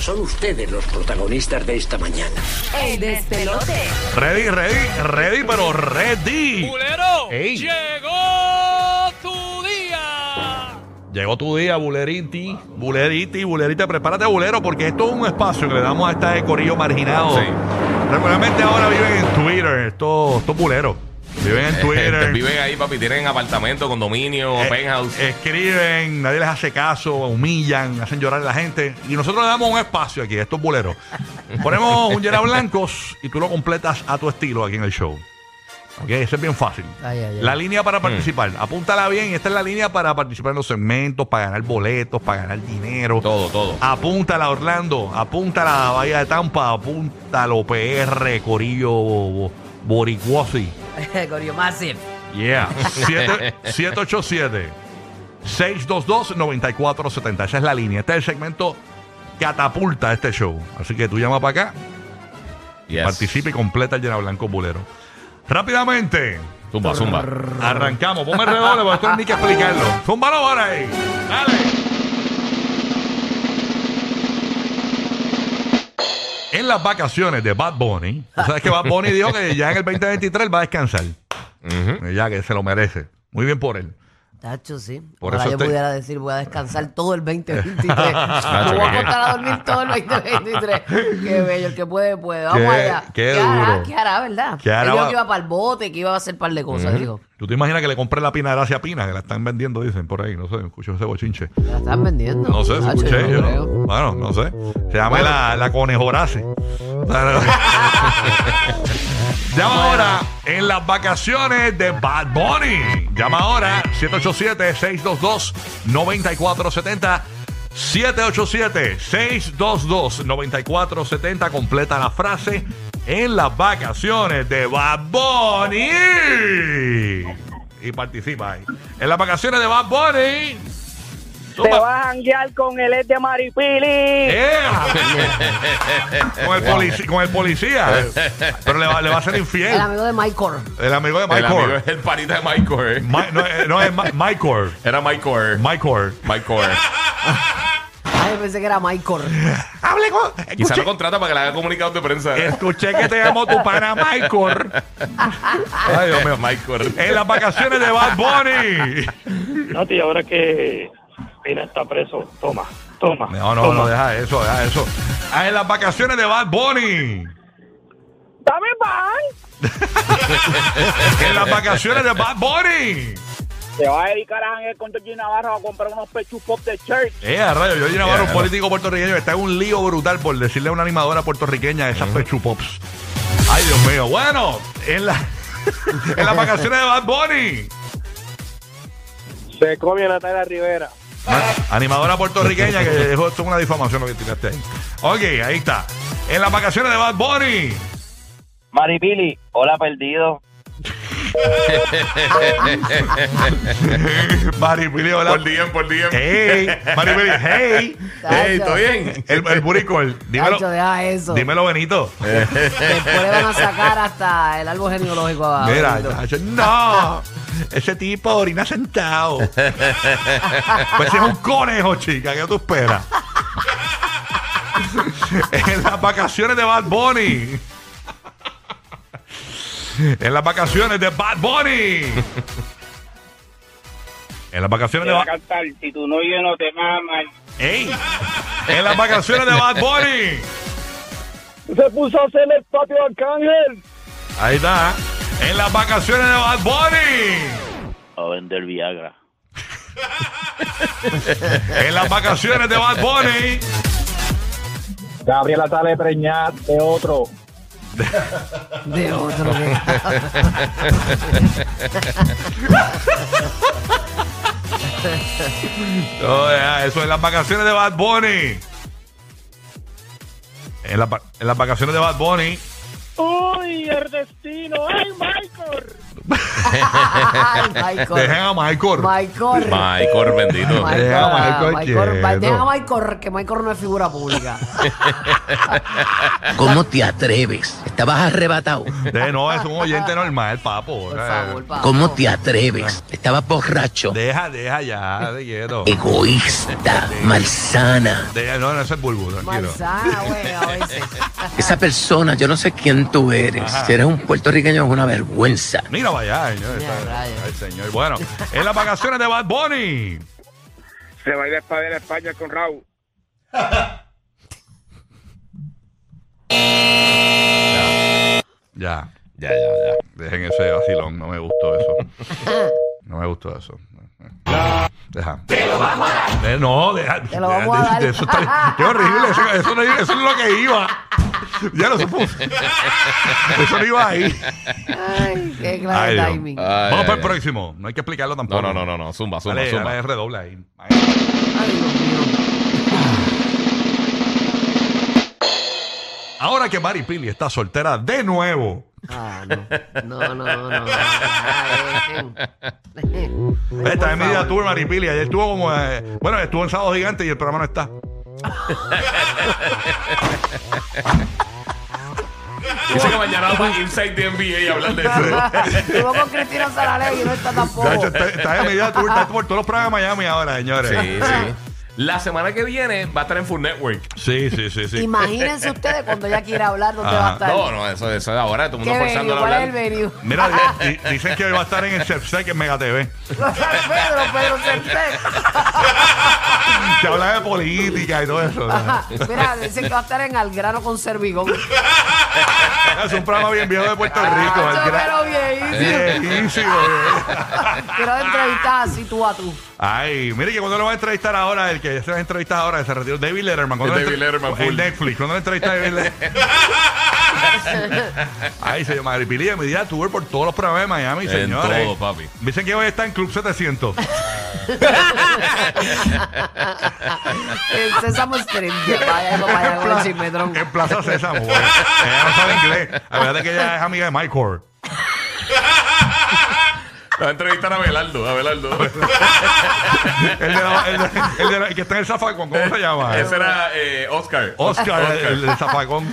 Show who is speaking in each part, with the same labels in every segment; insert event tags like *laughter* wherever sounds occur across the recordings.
Speaker 1: son ustedes los protagonistas de esta mañana.
Speaker 2: El despelote.
Speaker 3: Ready, ready, ready, pero ready.
Speaker 4: ¡Bulero!
Speaker 3: Ey.
Speaker 4: ¡Llegó tu día!
Speaker 3: Llegó tu día, Buleriti. Buleriti, Bulerita, prepárate, Bulero, porque esto es un espacio que le damos a este corillo marginado.
Speaker 5: Sí.
Speaker 3: Regularmente ahora viven en Twitter, estos, estos buleros. Viven
Speaker 5: *laughs*
Speaker 3: en Twitter.
Speaker 5: Viven ahí, papi, tienen apartamento, condominio,
Speaker 3: eh,
Speaker 5: penthouse.
Speaker 3: Escriben, nadie les hace caso, humillan, hacen llorar a la gente. Y nosotros le damos un espacio aquí, a estos buleros. Ponemos un llena blancos y tú lo completas a tu estilo aquí en el show. Ok, eso es bien fácil.
Speaker 6: Ay, ay, ay.
Speaker 3: La línea para participar, apúntala bien. Esta es la línea para participar en los segmentos, para ganar boletos, para ganar dinero.
Speaker 5: todo, todo.
Speaker 3: Apúntala, Orlando. Apúntala, Bahía de Tampa. Apúntalo, PR, Corillo, Bo- Bo- Boricuosi.
Speaker 6: Corio Massive.
Speaker 3: Yeah. 787-622-9470. Esa es la línea. Este es el segmento catapulta este show. Así que tú llama para acá,
Speaker 5: Yes.
Speaker 3: participe y completa el llena blanco bulero. Rápidamente,
Speaker 5: Zumba, zumba.
Speaker 3: arrancamos. Ponme el redoble porque esto no hay ni que explicarlo. Zúmbalo ahora eh. ahí. Dale. En las vacaciones de Bad Bunny, tú sabes que Bad Bunny dijo que ya en el 2023 va a descansar.
Speaker 5: Ujú.
Speaker 3: Ya que se lo merece. Muy bien por él.
Speaker 6: Tacho, sí.
Speaker 3: Por
Speaker 6: Ahora
Speaker 3: eso
Speaker 6: yo
Speaker 3: te-
Speaker 6: pudiera decir, voy a descansar todo el
Speaker 3: *laughs*
Speaker 6: 2023. Me voy a acostar a dormir todo el 2023. Qué bello, el que puede, puede. Vamos
Speaker 3: Qué-
Speaker 6: allá.
Speaker 3: qué duro.
Speaker 6: hará? ¿Qué hará, verdad?
Speaker 3: ¿Qué hará?
Speaker 6: Él dijo que iba para el bote, que iba a hacer un par de cosas, dijo.
Speaker 3: ¿Tú te imaginas que le compré la pina gracia pina? Que la están vendiendo, dicen, por ahí. No sé, escucho ese bochinche.
Speaker 6: Me La están vendiendo.
Speaker 3: No sé, si
Speaker 6: Tacho,
Speaker 3: escuché
Speaker 6: yo
Speaker 3: yo.
Speaker 6: no creo.
Speaker 3: Bueno, no sé. Se llama la, la conejorace.
Speaker 6: *laughs*
Speaker 3: Llama ahora en las vacaciones de Bad Bunny. Llama ahora 787-622-9470. 787-622-9470. Completa la frase en las vacaciones de Bad Bunny. Y participa ahí. En las vacaciones de Bad Bunny.
Speaker 7: Te
Speaker 3: Zumba.
Speaker 7: vas a janguear con el ex de Maripili.
Speaker 3: ¡Eh! con, el polici- con el policía. Pero le va, le va a ser
Speaker 6: El
Speaker 3: infiel.
Speaker 6: amigo de Michael.
Speaker 3: El amigo de
Speaker 5: El amigo
Speaker 3: Michael.
Speaker 5: es el panita de Michael. eh.
Speaker 3: Mi- no, eh, no, es Mi- Michael.
Speaker 5: Era Michael.
Speaker 3: Michael.
Speaker 5: Michael.
Speaker 6: Ay, pensé que era Michael.
Speaker 3: Hable con.
Speaker 5: Quizá
Speaker 3: Escuché,
Speaker 5: lo contrata para que le haga comunicados de prensa.
Speaker 3: escuché que te llamó tu pana Michael. Ay, Dios mío.
Speaker 5: *laughs* Michael.
Speaker 3: En las vacaciones de Bad Bunny.
Speaker 8: Nati, ahora que Pina está preso, toma, toma.
Speaker 3: No, no,
Speaker 8: toma.
Speaker 3: no, deja eso, deja eso. Ah, En las vacaciones de Bad Bunny.
Speaker 7: Dame pan.
Speaker 3: En las vacaciones de Bad Bunny.
Speaker 7: Te vas a dedicar a janguear con Georgie Navarro a comprar unos pechus pop de church.
Speaker 3: Eh, a rayo, yo Navarro, un
Speaker 5: Yeah.
Speaker 3: político puertorriqueño, que está en un lío brutal por decirle a una animadora puertorriqueña esas Pechu Pops. Ay, Dios mío. Bueno, en, la, *laughs* en las vacaciones de Bad Bunny,
Speaker 8: Se come a Natalia Rivera.
Speaker 3: animadora puertorriqueña, que dejó esto es una difamación lo que tiraste ahí. Ok, ahí está. En las vacaciones de Bad Bunny, *laughs*
Speaker 8: Maripili, hola perdido.
Speaker 3: Maripili, hola.
Speaker 5: Por día, por día.
Speaker 3: Hey, Maripili, hey.
Speaker 5: Ey, ¿todo bien?
Speaker 3: El, el buricol, dímelo,
Speaker 6: Tacho, deja eso.
Speaker 3: dímelo, Benito.
Speaker 6: Después le van a sacar hasta el árbol genealógico a
Speaker 3: Mira,
Speaker 6: Benito.
Speaker 3: Nacho, no. Ese tipo orina sentado. pues es un conejo, chica. ¿Qué tú esperas? en las vacaciones de Bad Bunny. en las vacaciones de Bad Bunny. En las vacaciones de Bad
Speaker 8: cantar, si tu novio no te mama.
Speaker 3: ¡Ey! En las vacaciones de Bad Bunny.
Speaker 7: Se puso a hacer el patio de Arcángel.
Speaker 3: Ahí está. En las vacaciones de Bad Bunny.
Speaker 8: A vender Viagra.
Speaker 3: *laughs* En las vacaciones de Bad Bunny.
Speaker 8: Gabriela sale preñada de otro.
Speaker 6: De otro. que-
Speaker 3: Oh, ya, eso en las vacaciones de Bad Bunny. En, la- en las vacaciones de Bad Bunny.
Speaker 7: ¡Uy, el destino! ¡Ay, Michael!
Speaker 6: Ay,
Speaker 3: Dejen
Speaker 6: Michael.
Speaker 3: a Michael.
Speaker 6: Michael.
Speaker 5: Michael, bendito.
Speaker 3: Michael. Deja a Michael
Speaker 6: Michael,
Speaker 3: quieto.
Speaker 6: deja a Michael, que Michael no es figura pública.
Speaker 2: ¿Cómo te atreves? Estabas arrebatado.
Speaker 3: De- no, es un oyente normal, papo.
Speaker 6: Por
Speaker 3: Eh,
Speaker 6: favor, papá.
Speaker 2: ¿Cómo te atreves? Estabas borracho.
Speaker 3: Deja, deja ya, de quieto.
Speaker 2: Egoísta, malsana.
Speaker 3: Deja- no, no, eso es bulbo, tranquilo.
Speaker 6: Manzana, güey, a veces.
Speaker 2: Esa persona, yo no sé quién tú eres. Si eres un puertorriqueño es una vergüenza.
Speaker 3: Mira, vaya, señor.
Speaker 6: Mira,
Speaker 3: está-
Speaker 6: rayos.
Speaker 3: Ay, señor. Bueno, en las vacaciones de Bad Bunny.
Speaker 7: Se va a ir a espada en España con Raúl.
Speaker 3: Ya,
Speaker 5: Ya, ya, ya.
Speaker 3: dejen ese vacilón, no me gustó eso. No me gustó eso. Deja. Te lo vamos a dar. no, deja.
Speaker 6: Te lo vamos a
Speaker 3: deja-
Speaker 6: dar.
Speaker 3: de- de- eso está- qué horrible. Eso, eso no, iba- eso no es lo que iba. Ya
Speaker 6: *laughs*
Speaker 3: lo supo. Eso no iba ahí.
Speaker 6: Ay, qué
Speaker 3: Ay,
Speaker 6: claro
Speaker 3: Dios.
Speaker 6: timing. Ay,
Speaker 5: Ay,
Speaker 3: Vamos
Speaker 5: ay,
Speaker 3: para el
Speaker 5: ay.
Speaker 3: próximo. No hay que explicarlo
Speaker 5: No,
Speaker 3: tampoco.
Speaker 5: no, no, no, no. Zumba, zumba,
Speaker 3: Dale,
Speaker 5: zumba.
Speaker 3: dale, redobla ahí.
Speaker 6: Dios mío.
Speaker 3: Ahora que Mari Pili está soltera de nuevo.
Speaker 6: Ah, no. No, no, no. no. Ah, dejen.
Speaker 3: Esta es
Speaker 6: por
Speaker 3: mi vida
Speaker 6: favor.
Speaker 3: tour, Maripili. Ayer estuvo como. eh, bueno, estuvo en sábado gigante y el programa no está.
Speaker 5: Dice que mañana va a Inside the NBA y hablar de
Speaker 3: *laughs*
Speaker 5: eso.
Speaker 6: Estuvo con Cristina Saraley y no está
Speaker 3: De hecho,
Speaker 6: tampoco.
Speaker 3: está, está en mi vida tour, está por todos los programas de Miami ahora, señores.
Speaker 5: Sí, sí. *laughs* La semana que viene va a estar en Food Network.
Speaker 3: Sí, sí, sí, sí.
Speaker 6: Imagínense ustedes cuando ella quiera hablar, ¿dónde
Speaker 3: Ajá.
Speaker 6: va a estar?
Speaker 5: No, no, eso, eso es ahora. Todo el
Speaker 6: ¿Qué
Speaker 5: mundo forzando
Speaker 6: venue?
Speaker 5: a
Speaker 6: ¿Cuál es el
Speaker 5: hablar.
Speaker 6: venue?
Speaker 3: Mira, di- di- dicen que hoy va a estar en el Chef en Mega TV.
Speaker 6: Pedro, Pedro Cercet.
Speaker 3: Se habla de política y todo eso.
Speaker 6: Ajá. Mira, dicen que va a estar en Algrano con Servigón.
Speaker 3: Es un programa bien viejo de Puerto Rico.
Speaker 6: Ah,
Speaker 3: el
Speaker 6: eso, pero
Speaker 3: gran-
Speaker 6: viejísimo.
Speaker 3: Viejísimo, eh. viejo.
Speaker 6: Quiero entrevistar así tú a tú.
Speaker 3: Ay, mire que cuando lo va a entrevistar ahora, el que se va a entrevistar ahora, se retiró David Letterman. cuando
Speaker 5: El
Speaker 3: lo
Speaker 5: David
Speaker 3: entre-
Speaker 5: Letterman,
Speaker 3: En
Speaker 5: full.
Speaker 3: Netflix, cuando lo entrevista a David
Speaker 5: *laughs*
Speaker 3: Letterman. Ay, señor Maripili, de mi día tuve por todos los programas de Miami,
Speaker 5: En
Speaker 3: señores.
Speaker 5: todo, papi.
Speaker 3: Dicen que hoy está en Club 700.
Speaker 6: El Sésamo Street. Vaya, eso, vaya, con el chismetrón.
Speaker 3: en Plaza Sésamo. güey. Ella no sabe inglés. La verdad es que ella es amiga de Michael.
Speaker 5: Va a entrevistar a Belardo, a Belardo. *laughs*
Speaker 3: El, de la- el, de- el de la- el que está en el zafacón, ¿cómo se llama?
Speaker 5: Ese era eh, Oscar.
Speaker 3: Oscar, el, el
Speaker 5: *laughs*
Speaker 3: zafacón.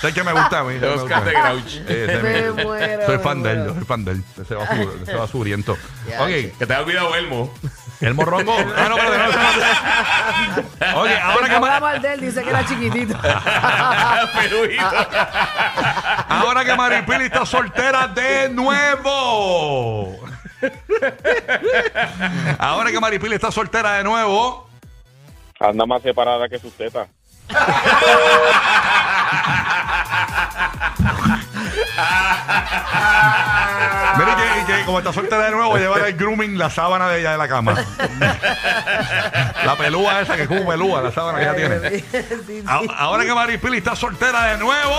Speaker 3: Sé que me gusta a mí. me gusta.
Speaker 5: Oscar de Grouch.
Speaker 3: Ese es
Speaker 6: Me
Speaker 3: mi-
Speaker 6: muero,
Speaker 3: Soy
Speaker 6: me
Speaker 3: fan de él,
Speaker 6: muero.
Speaker 3: yo soy fan de él. Ese basur- ese basuriento.
Speaker 6: Ya,
Speaker 3: Ok,
Speaker 5: Que te haya
Speaker 6: *laughs*
Speaker 5: olvidado Elmo. *laughs*
Speaker 3: el morrongo. *laughs* Ah, no, espérate, no, espérate. Ok, ahora que,
Speaker 6: No habla
Speaker 3: Ma-
Speaker 6: mal de él, dice que era chiquitito.
Speaker 5: Peruito.
Speaker 3: ahora que Maripili está soltera de nuevo. Ahora que Maripili está soltera de nuevo.
Speaker 7: Anda más separada que sus tetas.
Speaker 3: Mire que, que como está soltera de nuevo, voy a llevar el grooming la sábana de ella de la cama. la pelúa esa que es como pelúa, la sábana que ella tiene. A- Ahora que Maripili está soltera de nuevo.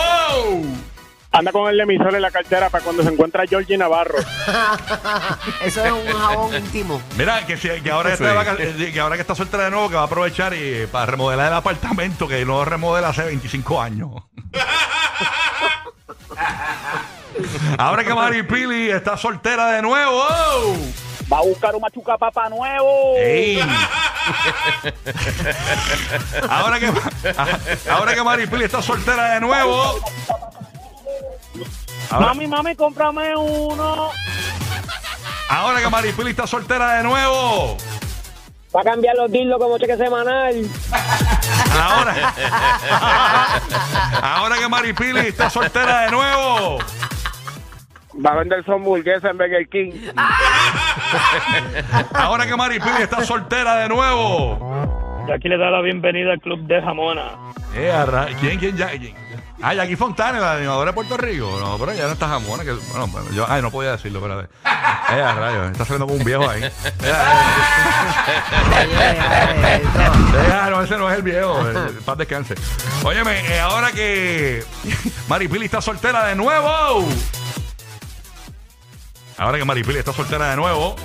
Speaker 7: Anda con el emisor en la cartera para cuando se encuentra Georgie Navarro.
Speaker 6: Eso es un jabón íntimo.
Speaker 3: Mira, que, si- que, ahora que
Speaker 5: Sí.
Speaker 3: está de vaca- eh, que ahora que está soltera de nuevo, que va a aprovechar y, para remodelar el apartamento que no remodela hace 25 años. *laughs* ahora que Maripili está soltera de nuevo. oh.
Speaker 7: Va a buscar un machuca papá nuevo.
Speaker 3: ¡Ey! ahora que ahora que Maripili está soltera de nuevo. Ahora,
Speaker 7: Mami, mami, cómprame uno.
Speaker 3: ahora que Maripili está soltera de nuevo.
Speaker 7: Va a cambiar los dildos como cheque semanal.
Speaker 3: Ahora. ahora que Maripili está soltera de nuevo.
Speaker 7: Va a vender su hamburguesa en Burger King.
Speaker 3: Ahora que Maripili está soltera de nuevo.
Speaker 8: Y aquí le da la bienvenida al Club de Jamona.
Speaker 3: Eh, arra- ¿Quién, quién ya? quién? Ah, Jackie Fontana, la animadora de Puerto Rico. No, pero ya no está jamona. Que, bueno, bueno, yo, ay, no podía decirlo, pero. Eh, a rayos, está saliendo como un viejo ahí.
Speaker 6: Ay, ay, ay, esto.
Speaker 3: Ah, no, ese no es el viejo. eh, Paz descanse. Óyeme, eh, ahora que Maripili está soltera de nuevo. Ahora que Maripili está soltera de nuevo.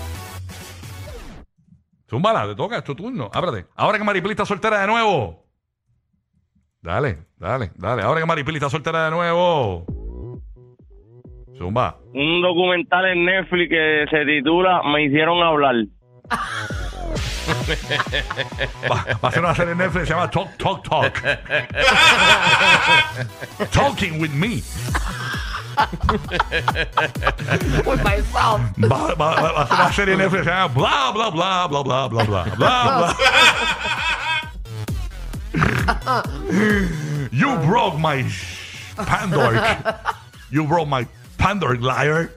Speaker 3: Zúmbala, te toca, es tu turno. Ábrate. Ahora que Maripili está soltera de nuevo. Dale, dale, dale. Ahora que Maripili está soltera de nuevo. Zumba.
Speaker 8: Un documental en Netflix que se titula Me hicieron hablar.
Speaker 3: Va, va a hacer una serie en Netflix que se llama Talk, Talk, Talk. Talking with me.
Speaker 6: With myself.
Speaker 3: Va, va- va- va a hacer una serie en Netflix que se llama Bla, bla, bla, bla, bla, bla, bla, bla, bla. You broke my pandork. You broke my pandork, liar.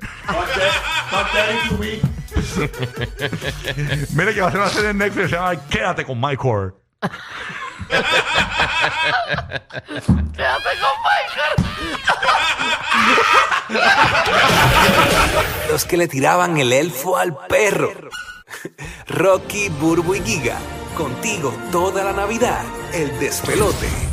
Speaker 3: Mire que va a hacer una serie en Netflix que se llama Quédate con my core.
Speaker 6: Quédate con Michael.
Speaker 9: Los que le tiraban el elfo al perro. Rocky, Burbu y Giga. Contigo toda la Navidad. El despelote.